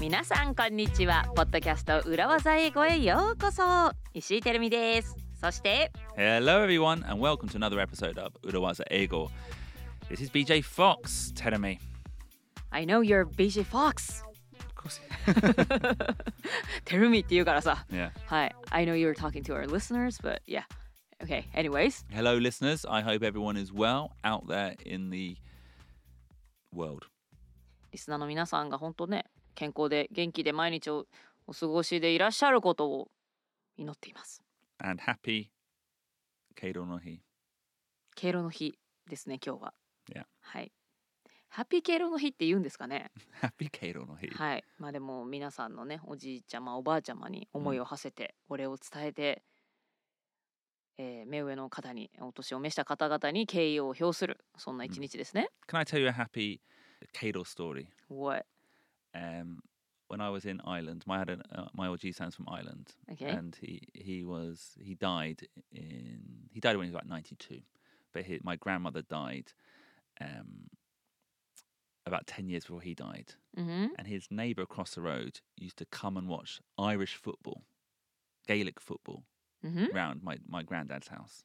皆さんこんにちはポッドキャスト裏技英語へようこそ石井てるみですそして Hello, everyone, and welcome to another episode of Urawaza Ego. This is BJ Fox, Teremi. I know you're BJ Fox of course. てるみって言うからさ yeah. はい I know you're talking to our listeners but yeah okay anyways Hello, listeners. I hope everyone is well out there in the world. リスナーの皆さんが本当ね健康で元気で毎日をお過ごしでいらっしゃることを祈っています。 And happy Keido no Hi. 敬老の日ですね今日は。 Yeah. はい。ハッピー敬老の日って言うんですかね。 Happy Keido no Hi. はい。まあでも皆さんのねおじいちゃまおばあちゃまに思いを馳せてお礼を伝えて、えー目上の方にお年を召した方々に敬意を表するそんな一日ですね。 Can I tell you a happy Keido story? What? Um, when I was in Ireland, my had an, uh, my OG sounds from Ireland, Okay. and he he was he died in he died when he was like ninety two, but he, my grandmother died um, about ten years before he died, うん。 and his neighbour across the road used to come and watch Irish football, Gaelic football, うん。 round my my granddad's house.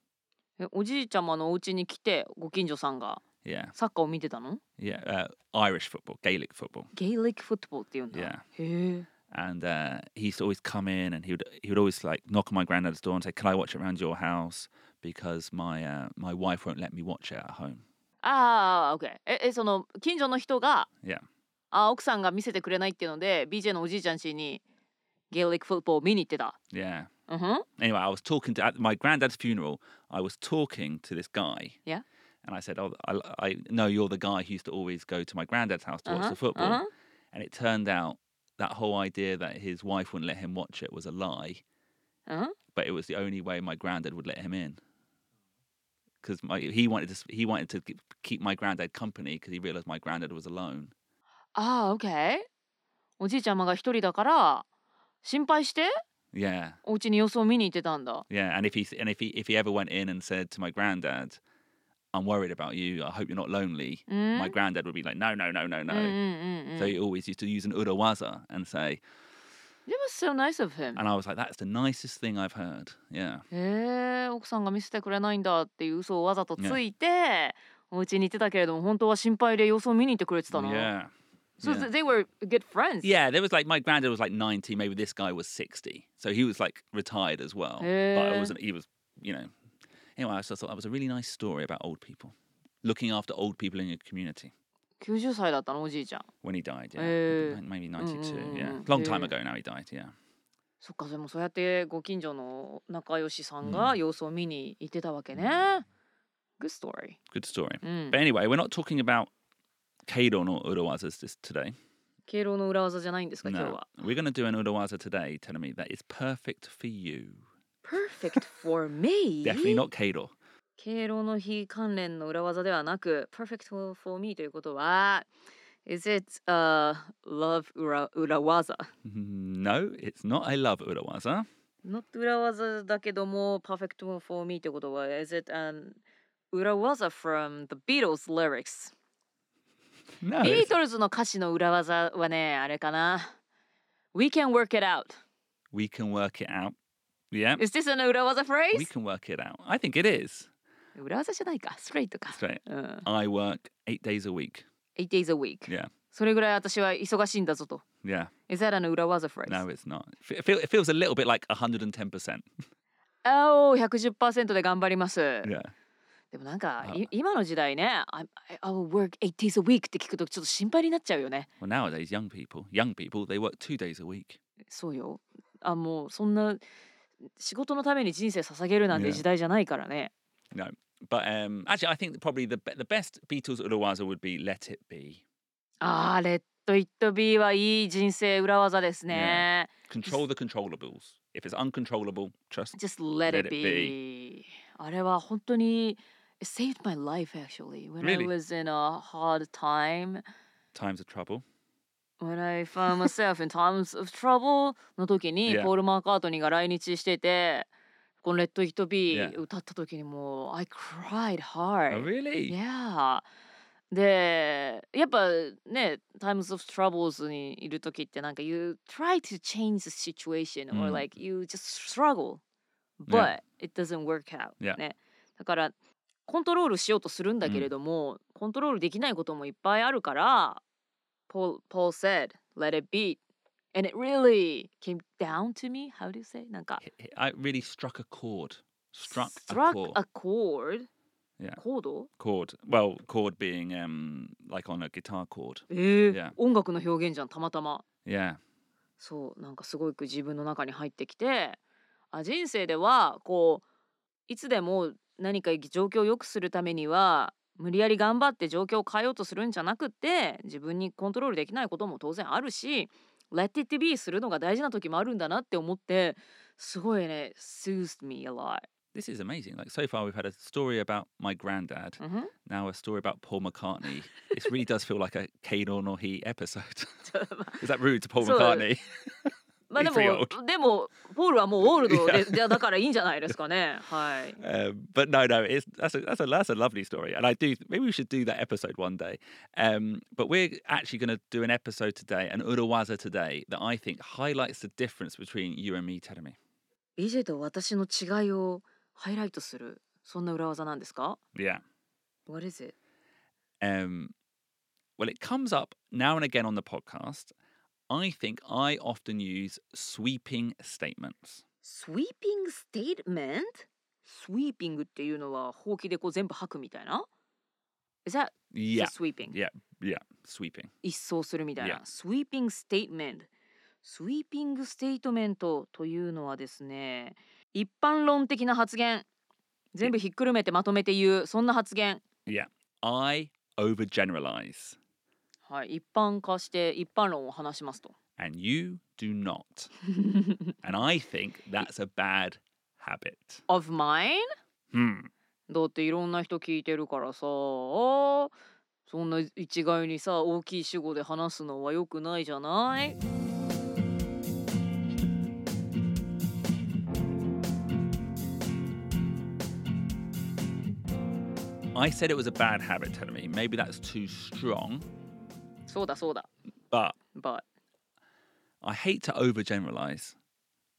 えおじいちゃまのお家に来てご近所さんが Yeah, サッカーを見てたの？ yeah, uh, Irish football, Gaelic football. ゲイリックフットボールって言うんだ。へ Yeah. え。 and uh, he used to always come in and he would he would always like knock on my granddad's door and say, "Can I watch it around your house?" Because my uh, my wife won't let me watch it at home. ああ、OK。え、えその近所の人が、 Yeah. あ奥さんが見せてくれないっていうので、BJ のおじいちゃん家にゲイリックフットボール見に行ってた。 Yeah. うんふん。 Anyway, I was talking to at my granddad's funeral. I was talking to this guy. Yeah. And I said, "Oh, I, I know you're the guy who used to always go to my granddad's house to watch Uh-huh, the football." uh-huh. And it turned out that whole idea that his wife wouldn't let him watch it was a lie. うん。 but it was the only way my granddad would let him in. Because my he wanted to s- he wanted to keep- keep my granddad company because he realized my granddad was alone. ああ、OK。おじいちゃまが一人だから心配して Yeah, お家に様子を見に行ってたんだ。 yeah. And if he s- and if he if he ever went in and said to my granddad, "I'm worried about you. I hope you're not lonely," うん my granddad would be like, "No, no, no, no, う no." んうんうんうん。 So he always used to use an urawaza and say, It was so nice of him. and I was like, "That's the nicest thing I've heard." Yeah, へえ奥さんが見せてくれないんだっていう嘘をわざとついて、お家に行ってたけれども本当は心配で様子を見に行ってくれてたの。 yeah, So yeah. they were good friends. Yeah, there was like my granddad was like ninety, maybe this guy was sixty, so he was like retired as well. But I Yeah. wasn't. He was, you know. Anyway, I just thought that was a really nice story about old people, looking after old people in your community. 90歳だったのおじいちゃん。 When he died, yeah, Yeah. Nin- maybe ninety-two. mm, Yeah, long time yeah. ago now he died. Yeah, そっかでもそうやってご近所の仲良しさんうが様子を見に行ってたわけね。Good story。 good story. うん。 But anyway, we're not talking about Keidon or Urawazas this today. 敬老の裏技じゃないんですか、今日 No, は。 we're going to do an Urawaza today, telling me that is perfect for you. Perfect for me? Definitely not Keidor. 敬老の日関連の裏技ではなく Perfect for me ということは Is it a love 裏裏技 No, it's not. I love Urawaza. Not 裏技だけども Perfect for me ということは Is it an 裏技 from the Beatles lyrics? No, ビ it's ートルズの歌詞の裏技はね、あれかな。We can work it out. We can work it out. Yeah. Is this an 裏技 We phrase? can work it out. I think it is. 裏技じゃないか、ストレートか。 That's right. うん、 I work eight days a week. 8 days a week、 Yeah. それぐらい私は忙しいんだぞと。 Yeah. Is that an 裏技 phrase? No, it's not. It fe- It, feel, it feels a little bit like 110%. おー、110%で頑張ります。 Yeah. でもなんか、あい今の時代ね、I, I I will work 8 days a week って聞くとちょっと心配になっちゃうよね。 Well, nowadays, young people, young people, they work two days a week. そうよ。あ、もうそんな仕事のために人生捧げるなんて時代じゃないからね。 No. But um, actually, I think that probably the, be- the best Beatles Urawaza would be Let It Be. ああ、レッド・イット・ビーはいい人生裏技ですね。 Control the controllables. If it's uncontrollable, trust. Just let, it Let it be. be. あれは本当に it saved my life actually. When I Really? was in a hard time, Times of trouble. when I found myself in times of trouble の時に、 Yeah. ポール・マーカートニーが来日してて、この「レッド・イット・ビー Yeah.」歌った時にもう「I cried Oh, hard」 really? Yeah. でやっぱね「Times of Troubles」にいる時ってなんか「You try to change the situation」う or ん like you just struggle but Yeah. it doesn't work out、 Yeah. ね、だからコントロールしようとするんだけれども、コントロールできないこともいっぱいあるから Paul, Paul said let it be and it really came down to me how do you say なんか H- h- I really struck a chord. Struck, a chord. struck a chord Yeah. コード chord. Well, chord being um like on a guitar chord. えー Yeah. 音楽の表現じゃんたまたま Yeah. そうなんかすごく自分の中に入ってきてあ人生ではこういつでも何か状況を良くするためには無理やり頑張って状況を変えようとするんじゃなくて自分にコントロールできないことも当然あるし Let it be するのが大事な時もあるんだなって思ってすごいね soothed me a lot、 This is amazing. Like so far, we've had a story about my granddad. うんふん Now a story about Paul McCartney. it really does feel like a Kane or He episode. ちょっとまあ is that rude to Paul So- McCartney? まあで He's pretty もでもポールはもうオールドででだからいいんじゃないですかねはい Um, but no, no, it's that's a, that's a that's a lovely story, and I do maybe we should do that episode one day. Um, but we're actually going to do an episode today, an Urawaza today, that I think highlights the difference between you and me, Teremi. BJ と私の違いをハイライトするそんな裏技なんですか Yeah. What is it? Um, well, it comes up now and again on the podcast. I think I often use sweeping statements. Sweeping statement? Sweeping っていうのはほうきでこう全部吐くみたいな Is that Yeah, sweeping? Yeah. yeah, sweeping. 一掃するみたいな、 Yeah. Sweeping statement Sweeping statement というのはですね一般論的な発言全部ひっくるめてまとめて言うそんな発言 I overgeneralize, はい一般化して一般論を話し ますと and you do not. And I think that's a bad habit. Of mine? Hmm. だっていろんな人聞いてるからさそんな一概にさ大きい主語で話すのは良くないじゃない I said it was a bad habit, Teremi. Maybe that's too strong, そうだそうだ but But I hate to overgeneralize,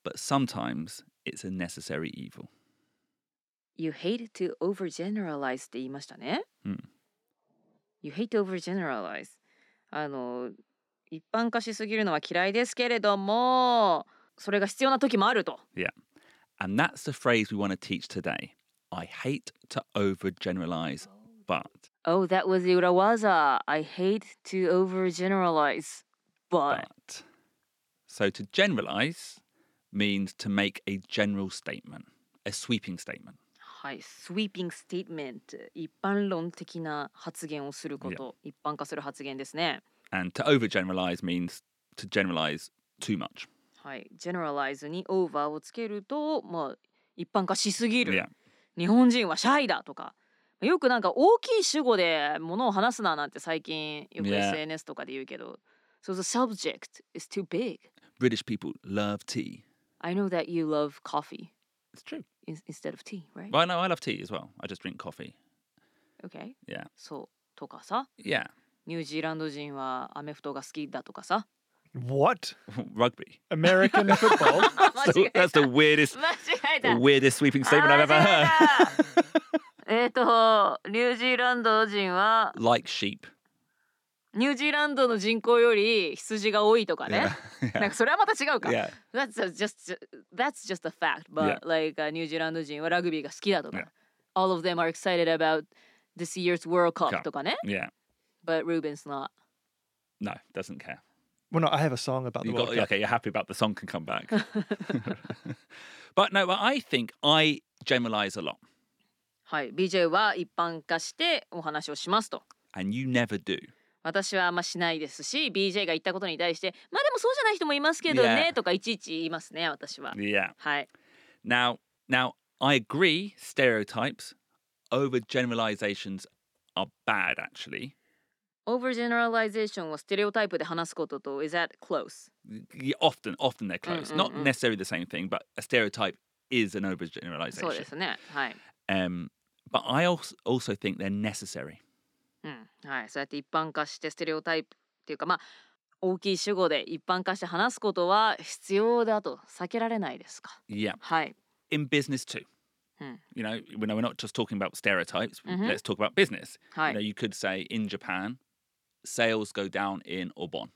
but sometimes it's a necessary evil. you hate to overgeneralize って言いましたね、うん You hate to overgeneralize あの一般化しすぎるのは嫌いですけれどもそれが必要な時もあると And that's the phrase we want to teach today. I hate to overgeneralize, but Oh that was the 裏技 I hate to overgeneralize but but. So to generalize means to make a general statement, a sweeping statement. はい、スウィーピングステ a ー e メント、一般論的な発言をすること、一般化する発言ですね。 And to overgeneralize means to generalize too much. はい、generalize に over をつけると、まあ一般化しすぎる。 Yeah. 日本人はシャイだとか、よくなんか大きい主語で物を話すななんて最近よく Yeah. SNS とかで言うけど、So the subject is too big. British people love tea. I know that you love coffee It's true. in- instead of tea, right? Well, no, I love tea as well. I just drink coffee. Okay. Yeah. そうとかさ、 Yeah. ニュージーランド人はアメフトが好きだとかさ。 What? Rugby. American football? 間 That's 違 the, え that's た。 the weirdest, 間違えた the。weirdest sweeping statement I've ever heard. えっと、ニュージーランド人は、 Like sheep. ニュージーランドの人口より羊が多いとか ね。なんかそれはまた違うか。 Yeah. That's a- just, that's just a fact. But like、ニュージーランド人はラグビーが好きだとか。 Yeah. All of them are excited about this year's World Cup Cup. とかね。 Yeah. But Ruben's not. No, doesn't care. Well, no, I have a song about the You World got, Cup. okay, you're happy about the song can come back. but no, but I think I generalize a lot, はい。BJ は一般化してお話をしますと。 and you never do. 私はあんましないですし BJ が言ったことに対してまあでもそうじゃない人もいますけどね Yeah. とかいちいち言いますね私は Yeah. はい Now, now I agree. Stereotypes, overgeneralizations are bad. Actually, Overgeneralization はステレオタイプで話すことと Is that close? Y- often, often they're close. Not mm, mm. necessarily the same thing, but a stereotype is an overgeneralization. そうですね。はい。 Um, but I als- also think they're necessary. うん。はい。そうやって一般化してステレオタイプっていうか、まあ、大きい主語で一般化して話すことは必要だと避けられないですか。 Yeah. はい。 In business too. Hmm. You know, we're we're not just talking about stereotypes. Mhm. Let's talk about business. は You know, い。 you could say in Japan, sales go down in Obon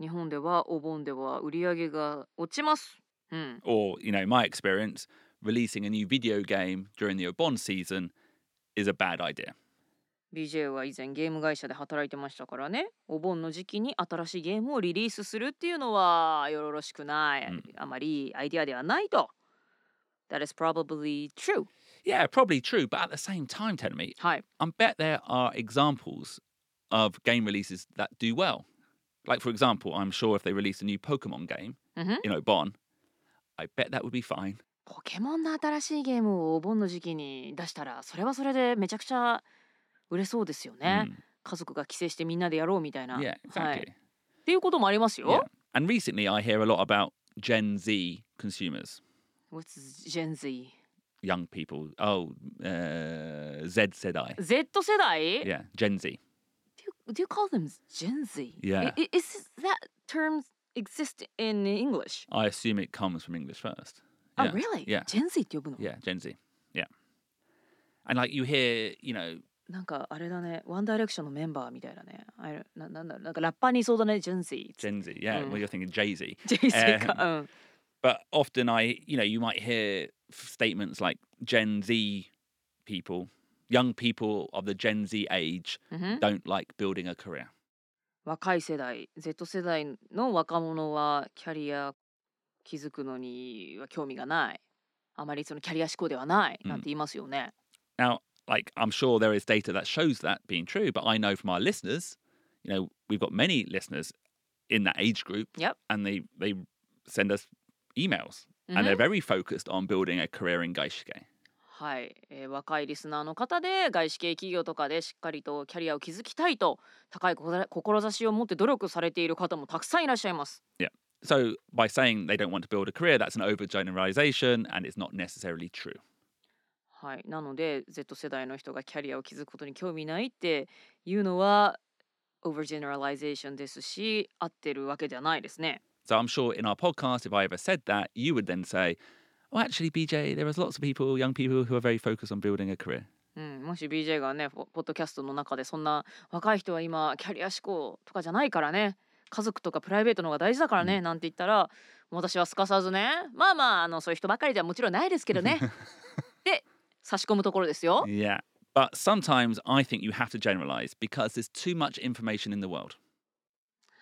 日本ではお盆では売り上げが落ちます。うん。 or you know my experience releasing a new video game during the obon season is a bad idea BJ は以前ゲーム会社で働いてましたからねお盆の時期に新しいゲームをリリースするっていうのはよろしくない、うんあまりいいアイディアではないと That is probably true yeah probably true but at the same time tell me はい i bet there are examples of game releases that do well like for example i'm sure if they release a new pokemon game Mhm. in obon i bet that would be fine ポケモンの新しいゲームをお盆の時期に出したらそれはそれでめちゃくちゃ売れそうですよね、 Mm. 家族が帰省してみんなでやろうみたいな、 yeah はい、 exactly っていうこともありますよ、 yeah. and recently i hear a lot about gen z consumers What's Gen Z? young people oh uh, z said i Z 世代、 yeah gen z do do you call them Gen Z? I- Yeah. i- is that term exist in English? I assume it comes from English first. Oh, yeah. really? Yeah. Gen Z って呼ぶの、 Yeah, Gen Z. Yeah. And like you hear, you know, なんかあれだね、ワンダイレクションのメンバーみたいなね。あれななんだろう、なんかラッパーにいそうだね、Gen Z。 Gen Z. Yeah, Mm. well, you're thinking Jay Z. Gen Z か。ううん But often I, you know, you might hear f- statements like Gen Z people, young people of the Gen Z age うんふん。 don't like building a career. 若い世代、Z 世代の若者はキャリア築くのには興味がない。あまりそのキャリア志向ではないなんて言いますよね。 Now, like I'm sure there is data that shows that being true, but I know from our listeners, you know, we've got many listeners in that age group. Yep. And they they send us emails うんふん and they're very focused on building a career in gaishike. はい、えー若いリスナーの方で外資系企業とかでしっかりとキャリアを築きたいと高いこざ志を持って努力されている方もたくさんいらっしゃいます。 So by saying they don't want to build a career, that's an overgeneralization and it's not necessarily true. はい、なので Z 世代の人がキャリアを築くことに興味ないっていうのはオーバージェネラライゼーションですし合ってるわけじゃないですね。 So I'm sure in our podcast, if I ever said that, you would then say, Oh, actually, BJ, there is lots of people, young people who are very focused on building a career. うん、もし BJ がねポポッドキャストの中でそんな若い人は今キャリア志向とかじゃないからね家族とかプライベートの方が大事だからね、なんて言ったらもう私はすかさずねまあまああのそういう人ばかりではもちろんないですけどねで差し込むところですよ。 Yeah. But sometimes I think you have to generalize because there's too much information in the world.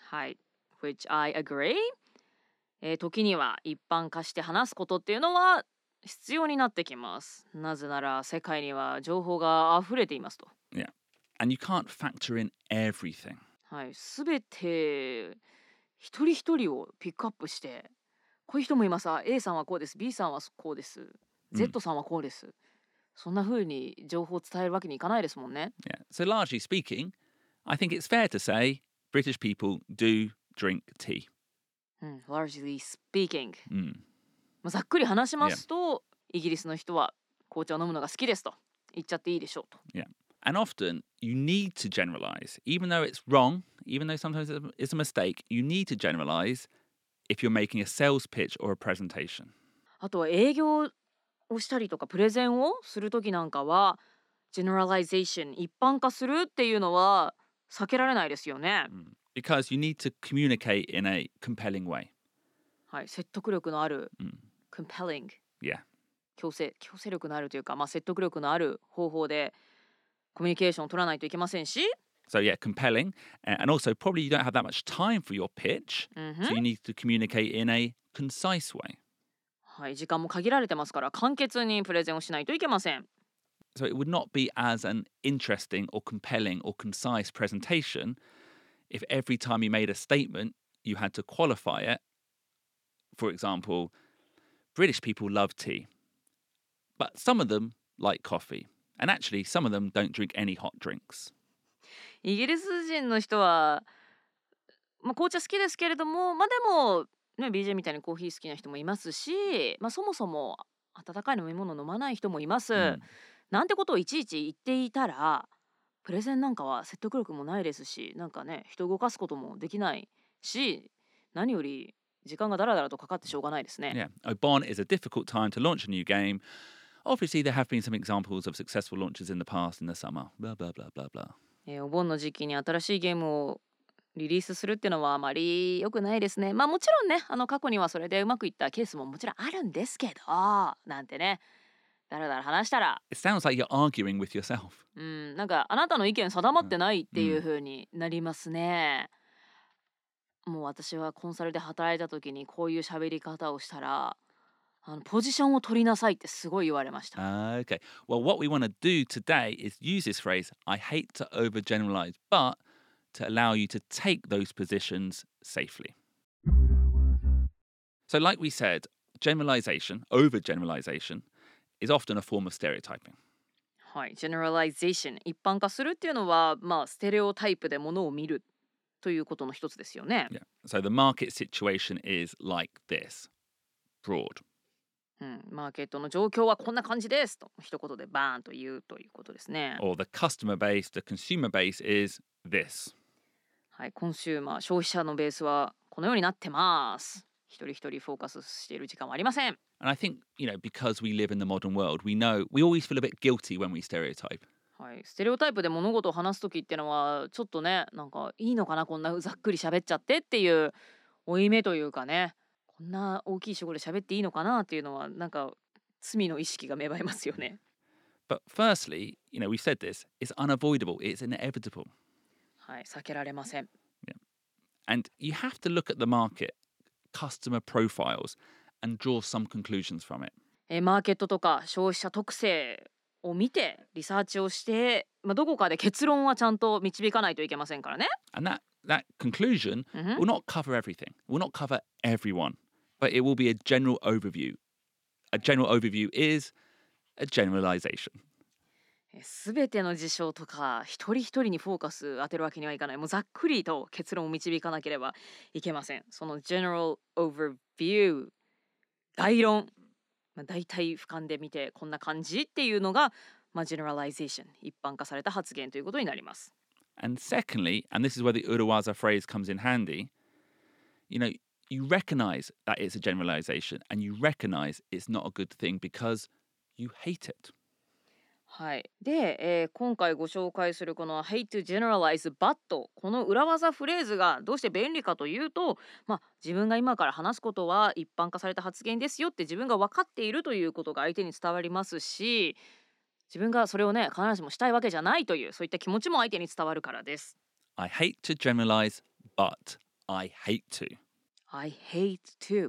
はい。Which I agree、えー時には一般化して話すことっていうのは必要になってきます。なぜなら世界には情報が溢れていますと。 And you can't factor in everything. はい、すべて一人一人をピックアップしてこういう人もいますあ A さんはこうです B さんはこうです Z さんはこうです、そんな風に情報を伝えるわけにいかないですもんね Yeah. So largely speaking, I think it's fair to say British people do drink tea. うん largely speaking Mm. まあざっくり話しますと、イギリスの人は紅茶を飲むのが好きですと言っちゃっていいでしょうと And often you need to generalize, even though it's wrong, even though sometimes it's a- it's a mistake, you need to generalize if you're making a sales pitch or a presentation. あとは営業をしたりとかプレゼンをする時なんかはジェネラライゼーション一般化するっていうのは避けられないですよね、 Mm. Because you need to communicate in a compelling way. はい、説得力のある、うん compelling Yeah. 強制強制力のあるというか、まあ、説得力のある方法でコミュニケーションを取らないといけませんし、 So, yeah, compelling. A- And also, probably you don't have that much time for your pitch. うんふん So, you need to communicate in a concise way. はい、時間も限られてますから簡潔にプレゼンをしないといけません So it would not be as an interesting or compelling or concise presentation if every time you made a statement, you had to qualify it. For example, British people love tea, but some of them like coffee. And actually, some of them don't drink any hot drinks. イギリス人の人は、まあ、紅茶好きですけれどもまあでもね、BJ みたいにコーヒー好きな人もいますし、まあ、そもそも温かい飲み物飲まない人もいます、うんなんてことをいちいち言っていたらプレゼンなんかは説得力もないですしなんかね人動かすこともできないし何より時間がだらだらとかかってしょうがないですね。 Yeah, Oban is a difficult time to launch a new game. Obviously, there have been some examples of successful launches in the past in the summer. Blah, blah, blah, blah, blah. えーお盆の時期に新しいゲームをリリースするっていうのはあまり良くないですね。まあもちろんねあの過去にはそれでうまくいったケースももちろんあるんですけどなんてねだらだら話したら It sounds like you're arguing with yourself. うん、なんかあなたの意見定まってないっていう風になりますね。もう私はコンサルで働いた時にこういう喋り方をしたらあのポジションを取りなさいってすごい言われました。 Okay. Well, what we want to do today is use this phrase I hate to overgeneralize, but to allow you to take those positions safely. So, like we said, generalization, overgeneralization, is often a form of stereotyping. はい、generalization 一般化するっていうのはまあステレオタイプでものを見るということの一つですよね。 Yeah. So, the market situation is like this broad. うん、マーケットの状況はこんな感じですと一言でバーンと言うということですね。 or the customer base, the consumer base is this. はい、コンシューマー消費者のベースはこのようになってます。一人一人フォーカスしている時間はありません。 And I think, you know, because we live in the modern world, we know we always feel a bit guilty when we stereotype. はい、ステレオタイプで物事を話す時ってのはちょっとねなんかいいのかなこんなざっくり喋っちゃってっていう負い目というかねこんな大きい仕事で喋っていいのかなっていうのはなんか罪の意識が芽生えますよね。 But firstly, you know, we've said this, it's unavoidable, it's inevitable. はい、避けられません。 And you have to look at the market, customer profiles, and draw some conclusions from it. えーマーケットとか消費者特性を見てリサーチをして、まあ、どこかで結論はちゃんと導かないといけませんからね。 And that, that conclusion うんふん will not cover everything, will not cover everyone, but it will be a general overview. A general overview is a generalization. すべての事象とか一人一人にフォーカス当てるわけにはいかないもうざっくりと結論を導かなければいけませんその general overview 概論、まあ、大体俯瞰で見てこんな感じっていうのが、まあ、generalization 一般化された発言ということになります And secondly, and this is where the Urawaza phrase comes in handy, you know, you recognize that it's a generalization and you recognize it's not a good thing because you hate it. はいで、えー今回ご紹介するこの「hate to generalize but」この裏技フレーズがどうして便利かというと、まあ、自分が今から話すことは一般化された発言ですよって自分が分かっているということが相手に伝わりますし自分がそれをね必ずしもしたいわけじゃないというそういった気持ちも相手に伝わるからです。 I hate to generalize, but I hate to. I hate to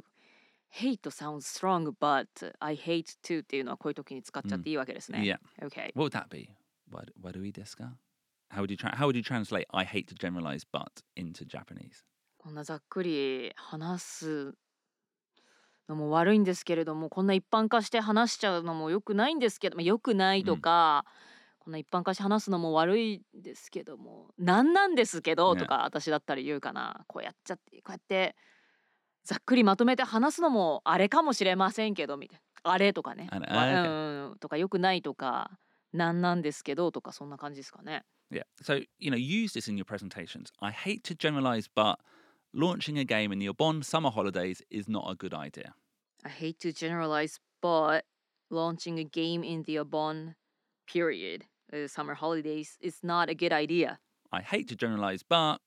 hate sounds strong but I hate to っていうのはこういう時に使っちゃっていいわけですね。 Yeah. Okay. What would that be? What, what do we discuss? How would you tra- how would you translate I hate to generalize but into Japanese? こんなざっくり話すのも悪いんですけれどもこんな一般化して話しちゃうのも良くないんですけど、まあ、良くないとか、こんな一般化して話すのも悪いですけどもなんなんですけどねとか私だったら言うかなこうやっちゃってこうやってざっくりまとめて話すのもあれかもしれませんけどみたいなあれとかねあれわあれうんとか良くないとかなんなんですけどとかそんな感じですかね。 Yeah. So, you know, use this in your presentations. I hate to generalize, but launching a game in the Obon summer holidays is not a good idea. I hate to generalize, but launching a game in the Obon period, uh, summer holidays, is not a good idea. I hate to generalize, but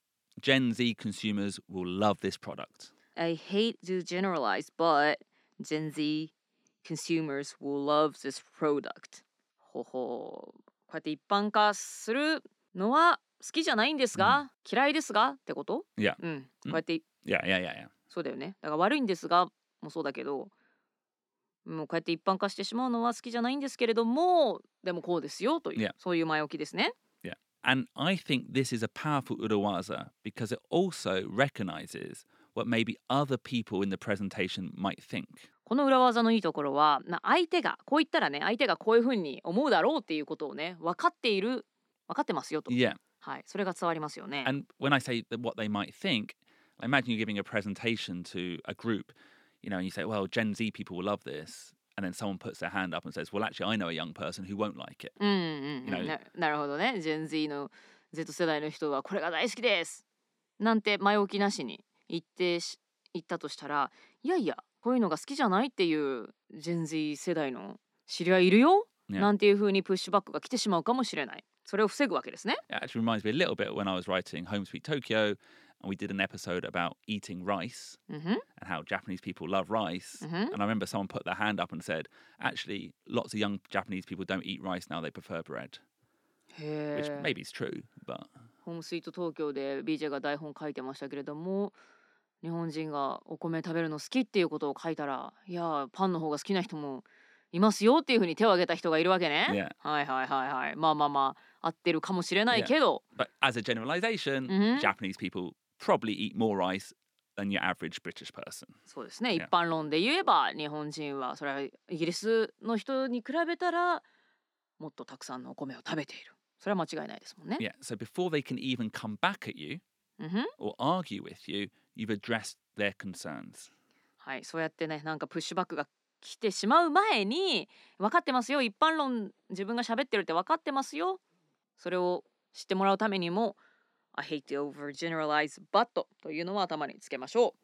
Gen Z consumers will love this product. I hate to generalize, but Gen Z consumers will love this product. ほほう。こうやって一般化するのは好きじゃないんですが、嫌いですがってこといやうん。こうやって、 Yeah, yeah, yeah, yeah. そうだよね。だから悪いんですがもそうだけど、もうこうやって一般化してしまうのは好きじゃないんですけれども、でもこうですよという、いやそういう前置きですね。 And I think this is a powerful urawaza because it also recognizes what maybe other people in the presentation might think. この裏技のいいところは、な相手がこう言ったらね、相手がこういうふうに思うだろうっていうことをね、分かっている、分かってますよと。 Yeah. はい、それが伝わりますよね。 And when I say that what they might think, I imagine you're giving a presentation to a group, you know, and you say, well, Gen Z people will love this. And then someone puts their hand up and says, well, actually, I know a young person who won't like it. うんうんうん You know- ななるほどね Gen Z の Z 世代の人はこれが大好きですなんて前置きなしに言ってし言ったとしたらいやいやこういうのが好きじゃないっていう Gen Z 世代の知り合いいるよ、ねなんていうふうにプッシュバックが来てしまうかもしれないそれを防ぐわけですね It actually reminds me a little bit when I was writing Home Sweet Tokyo and we did an episode about eating rice うんふん and how Japanese people love rice. うんふん And I remember someone put their hand up and said, actually, lots of young Japanese people don't eat rice now, they prefer bread, へ which ー maybe is true, but ホームスイート東京で BJ が台本書いてましたけれども日本人がお米食べるの好きっていうことを書いたらいやーパンの方が好きな人もいますよっていうふうに手を挙げた人がいるわけね。 yeah. はいはいはいはいまあまあまあ合ってるかもしれない Yeah. けど、 But as a generalization, Mhm. Japanese people probably eat more rice than your average British person. そうですね Yeah. 一般論で言えば日本人はそれはイギリスの人に比べたらもっとたくさんのお米を食べているそれは間違いないですもんね。 Yeah. So before they can even come back at you うんふん or argue with you, you've addressed their concerns. はい、そうやってねなんかプッシュバックが来てしまう前に分かってますよ一般論自分が喋ってるって分かってますよそれを知ってもらうためにも「I hate to overgeneralize but」というのは頭につけましょ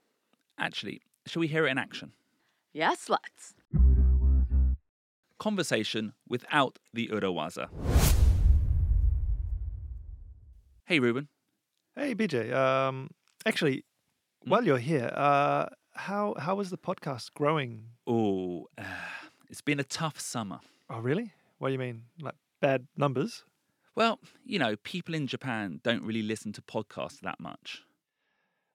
Actually, shall we hear it in action? う。Yes, let's! Conversation without the urawaza. Hey, Ruben. Hey, BJ. Um, actually, Hmm? while you're here, uh, how how is the podcast growing? Oh, it's been a tough summer. Oh, really? What do you mean? Like bad numbers? Well, you know, people in Japan don't really listen to podcasts that much.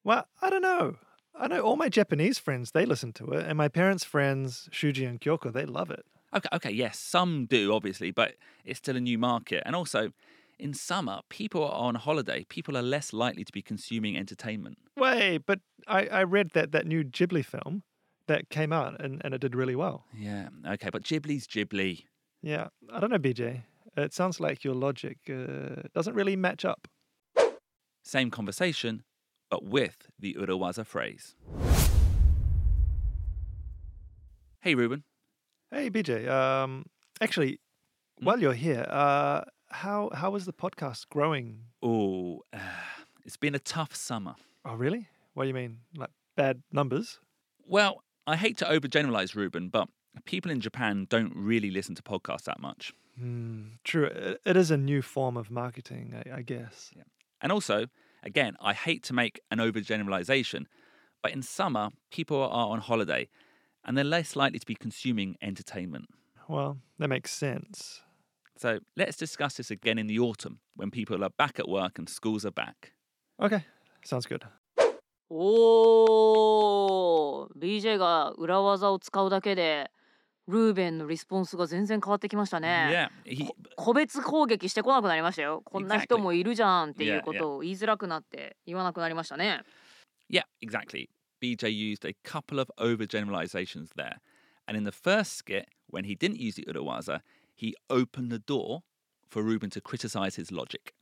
Well, I don't know. I know all my Japanese friends they listen to it, and my parents' friends Shuji and Kyoko they love it. Okay, okay, yes, some do obviously, but it's still a new market. And also, in summer, people are on holiday. People are less likely to be consuming entertainment. Wait, but I, I read that that new Ghibli film that came out and, and it did really well. Yeah, okay, but Ghibli's Ghibli. Yeah, I don't know, BJ. It sounds like your logic uh, doesn't really match up. Same conversation, but with the Urawaza phrase. Hey, Ruben. Hey, BJ. Um, actually, while you're here, uh, how how is the podcast growing? Oh, it's been a tough summer. Oh, really? What do you mean? Like bad numbers? Well, I hate to overgeneralize, Ruben, but people in Japan don't really listen to podcasts that much. Hmm, true. It, it is a new form of marketing, I, I guess. And also, again, I hate to make an overgeneralization, but in summer, people are on holiday and they're less likely to be consuming entertainment. Well, that makes sense. So let's discuss this again in the autumn when people are back at work and schools are back. Okay, sounds good. おー BJ が裏技を使うだけでルーベンのリスポンスが全然変わってきましたね。 Yeah. He, 個別攻撃してこなくなりましたよこんな人 Exactly. もいるじゃんってい Yeah, う yeah. ことを言いづらくなって言わなくなりましたね。 yeah, exactly. BJ used a couple of overgeneralizations there. And in the first skit, when he didn't use the Urawaza, he opened the door for Ruben to criticize his logic.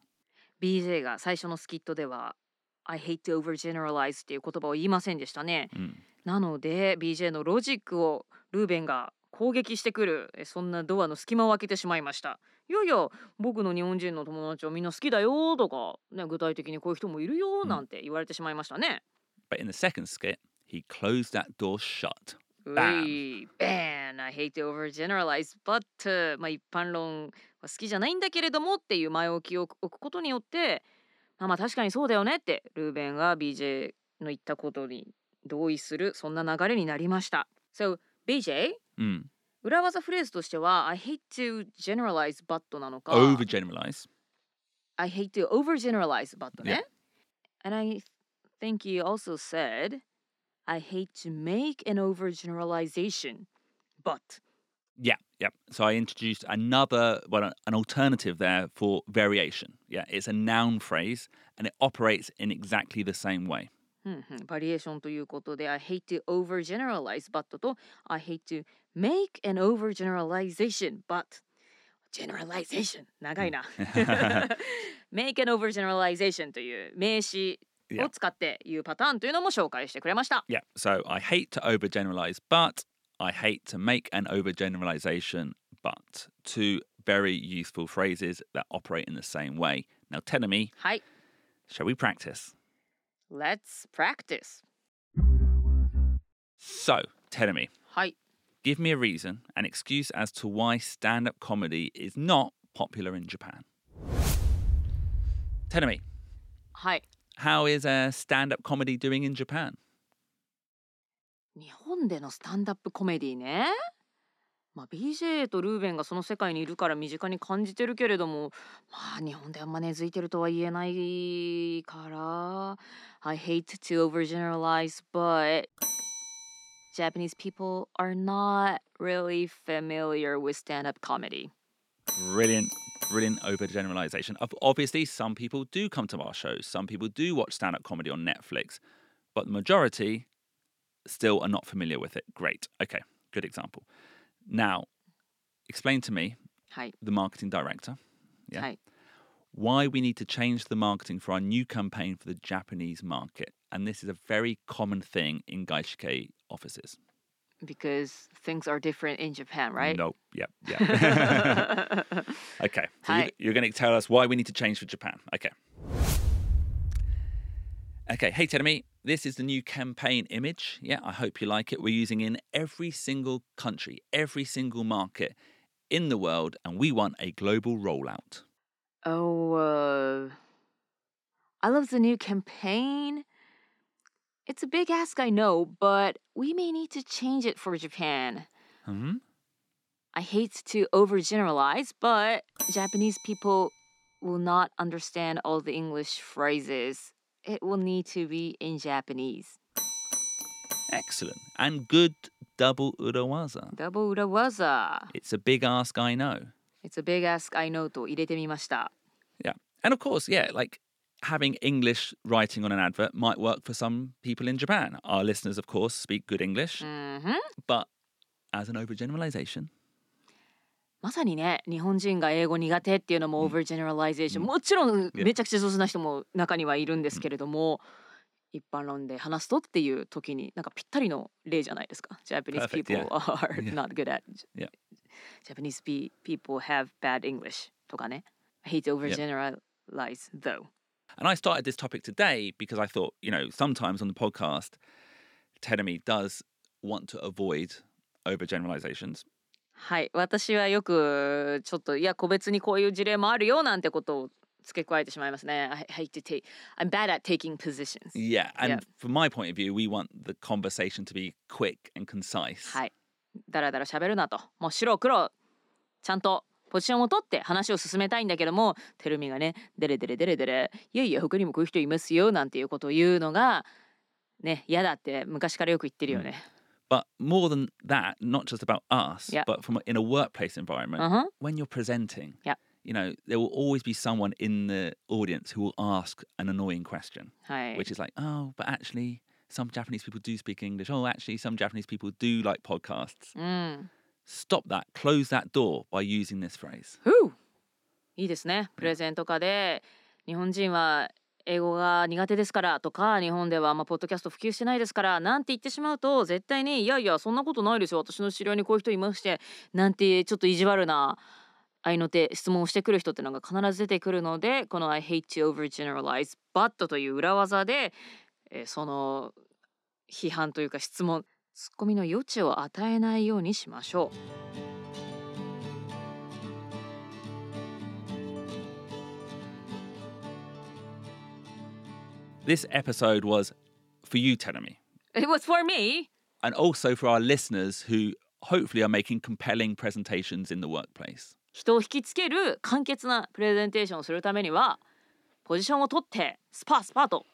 BJ が最初のスキットでは「I hate to overgeneralize」っていう言葉を言いませんでしたね。 Mm. なので BJ のロジックをルーベンが攻撃してくるえそんなドアの隙間を開けてしまいました。いやいや僕の日本人の友達はみんな好きだよとか、ね、具体的にこういう人もいるようんなんて言われてしまいましたね。 But in the second skit, he closed that door shut. う Bam. い Ban! I hate to overgeneralize, but まあ一般論は好きじゃないんだけれどもっていう前置きを置くことによってまあまあ確かにそうだよねってルーベンが BJ の言ったことに同意するそんな流れになりました。So BJ Mm. 裏技フレーズとしては I hate to generalize but なのか overgeneralize. I hate to overgeneralize but ね。 Yeah. And I think you also said I hate to make an overgeneralization but Yeah, yeah. So I introduced another, well, an alternative there for variation. Yeah, it's a noun phrase and it operates in exactly the same way. うんうんバリエーションということで I hate to overgeneralize but と I hate to make an overgeneralization but generalization 長いな make an overgeneralization という名詞 Yeah. を使って言うパターンというのも紹介してくれました。 Yeah. So I hate to overgeneralize, but I hate to make an overgeneralization, but two very useful phrases that operate in the same way. Now, Tenemy, はい。 shall we practice? Let's practice. So, Tenemy, はい。 give me a reason, an excuse as to why stand up comedy is not popular in Japan. Tenemy, はい。 how is uh, stand up comedy doing in Japan? 日本でのスタンダップコメディね。まあ、BJ とルーベンがその世界にいるから身近に感じてるけれどもまあ日本であんま根付いてるとは言えないから I hate to overgeneralize but Japanese people are not really familiar with stand-up comedy Brilliant, brilliant overgeneralization. Ob- Obviously, some people do come to our shows. Some people do watch stand up comedy on Netflix, but the majority still are not familiar with it. Great. Okay, good example. Now, explain to me, はい、 the marketing director, Yeah. はい why we need to change the marketing for our new campaign for the Japanese market. And this is a very common thing in Gaishike offices. because things are different in Japan right Nope. Yep. Yeah. okay. So you, Hi. you're going to tell us why we need to change for Japan. Okay. Okay. Hey, Tenemi. This is the new campaign image. Yeah. I hope you like it. We're using in every single country, every single market in the world, and we want a global rollout. Oh, uh, I love the new campaign. It's a big ask, I know, but we may need to change it for Japan. Hmm. I hate to overgeneralize, but Japanese people will not understand all the English phrases. It will need to be in Japanese. Excellent. And good double urawaza. Double urawaza. It's a big ask, I know. It's a big ask, I know と入れてみました。 Yeah. And of course, yeah, like having English writing on an advert might work for some people in Japan. Our listeners, of course, speak good English, うんふん but as an overgeneralization, まさにね日本人が英語苦手っていうのもオーバージェネラライゼーション、もちろんやめちゃくちゃ上手な人も中にはいるんですけれども、一般論で話すとっていう時になんかぴったりの例じゃないですか Japanese Perfect, people yeah. are Yeah. not good at Yeah. Japanese pe- people have bad English とかね I hate to overgeneralize though And I started this topic today because I thought, you know, sometimes on the podcast, Tenemi does want to avoid overgeneralizations. はい私はよくちょっといや個別にこういう事例もあるよなんてことを付け加えてしまいますね I hate to take I'm bad at taking positions Yeah. And Yeah. from my point of view, we want the conversation to be quick and concise. はい。だらだら喋るなと。もう白黒、ちゃんとポジションを取って話を進めたいんだけども、てるみがね、デレデレデレデレ、いやいや、他にもこういう人いますよ、なんていうことを言うのが、ね、嫌だって昔からよく言ってるよね。 But more than that, not just about us, Yeah. but from a- in a workplace environment, うんふん when you're presenting, Yeah. you know, there will always be someone in the audience who will ask an annoying question, はい。 which is like, oh, but actually, some Japanese people do speak English. Oh, actually, some Japanese people do like podcasts. うん。 Stop that. Close that door by using this phrase. ふういいですね。プレゼントかで、日本人は英語が苦手ですからとか日本ではあんまポッドキャスト普及してないですからなんて言ってしまうと絶対にいやいやそんなことないですよ私の知り合いにこういう人いましてなんてちょっと意地悪な愛の手質問をしてくる人ってのが必ず出てくるのでこの I hate to overgeneralize but という裏技で、えーその批判というか質問ツッコミの余地を与えないようにしましょう。 This episode was for you, Tenemi, It was for me! and also for our listeners who hopefully are making compelling presentations in the workplace. 人を引きつける簡潔なプレゼンテーションをするためにはポジションを取ってスパスパと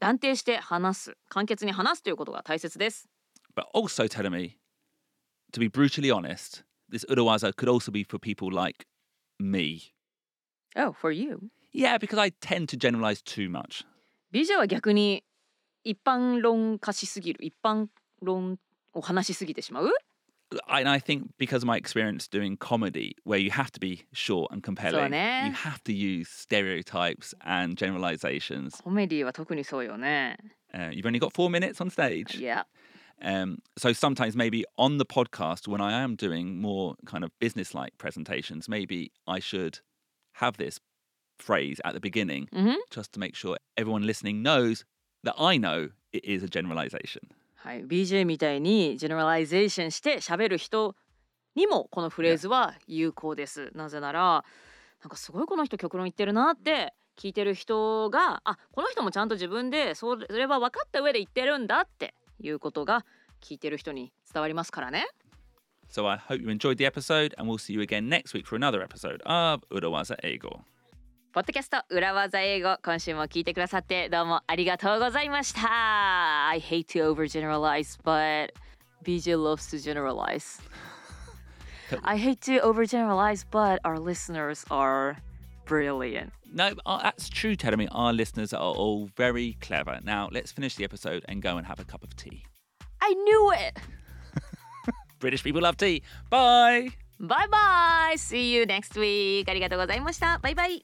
断定して話す簡潔に話すということが大切です But also, Tenemi, to be brutally honest, this Urawaza could also be for people like me. Oh for you Yeah, because I tend to generalize too much. BJ は逆に一般論化しすぎる一般論を話しすぎてしまう I- and I think because of my experience doing comedy, where you have to be short and compelling, ne. you have to use stereotypes and generalizations. コメディは特にそうよ ね。 Uh, you've only got four minutes on stage. いや、 Um, so sometimes maybe on the podcast when I am doing more kind of business like presentations, maybe I should have this phrase at the beginning Mhm. just to make sure everyone listening knows that I know it is a generalization. はい、BJ みたいにジェネラライゼーションして喋る人にもこのフレーズは有効です。なぜならなんかすごいこの人極論言ってるなって聞いてる人があこの人もちゃんと自分でそれそれは分かった上で言ってるんだっていうことが聞いてる人に伝わりますからね。 So I hope you enjoyed the episode and we'll see you again next week for another episode of Urawaza Eigo. ポッドキャスト裏技英語今週も聞いてくださってどうもありがとうございました I hate to overgeneralize but BJ loves to generalize I hate to overgeneralize but our listeners are brilliant No, uh, that's true, Teremy. Our listeners are all very clever. Now let's finish the episode and go and have a cup of tea. I knew it British people love tea. Bye. Bye bye See you next week ありがとうございましたバイバイ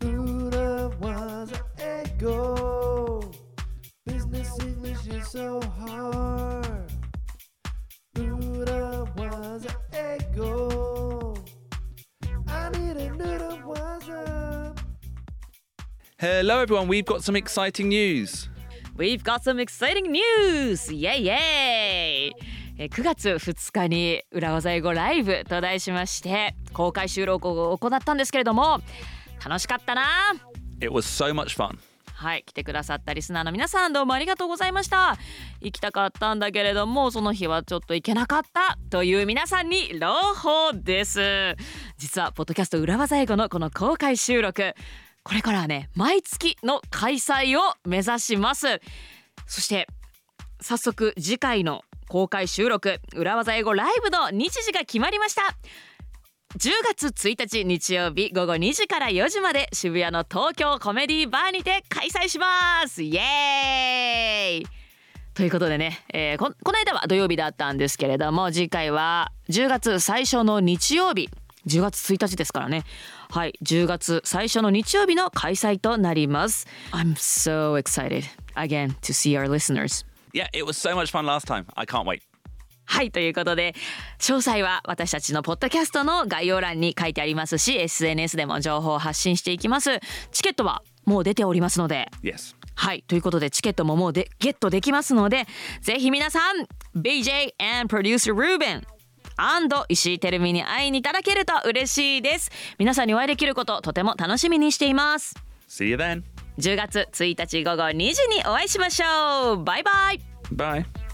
Buddha was an ego. Business English is so hard. Buddha was an ego. I need a noodle was a. Hello, everyone. We've got some exciting news. We've got some exciting news! イェイイェイえー9月2日に裏技英語ライブと題しまして公開収録を行ったんですけれども楽しかったな It was so much fun. はい来てくださったリスナーの皆さんどうもありがとうございました行きたかったんだけれどもその日はちょっと行けなかったという皆さんに朗報です実はポッドキャスト裏技英語のこの公開収録これからはね毎月の開催を目指しますそして早速次回の公開収録裏技英語ライブの日時が決まりました10月1日日曜日午後2時から4時まで渋谷の東京コメディバーにて開催しますイエーイということでね、えーここの間は土曜日だったんですけれども次回は10月最初の日曜日10月1日ですからねはい10月最初の日曜日の開催となります I'm so excited again to see our listeners Yeah, it was so much fun last time. I can't wait. はいということで詳細は私たちのポッドキャストの概要欄に書いてありますし SNS でも情報を発信していきますチケットはもう出ておりますので Yes. はいということでチケットももうでゲットできますのでぜひ皆さん BJ and producer Ruben and 石井てるみに会いにいただけると嬉しいです皆さんにお会いできることとても楽しみにしています See you then. 10月1日午後2時にお会いしましょうバイバイ Bye.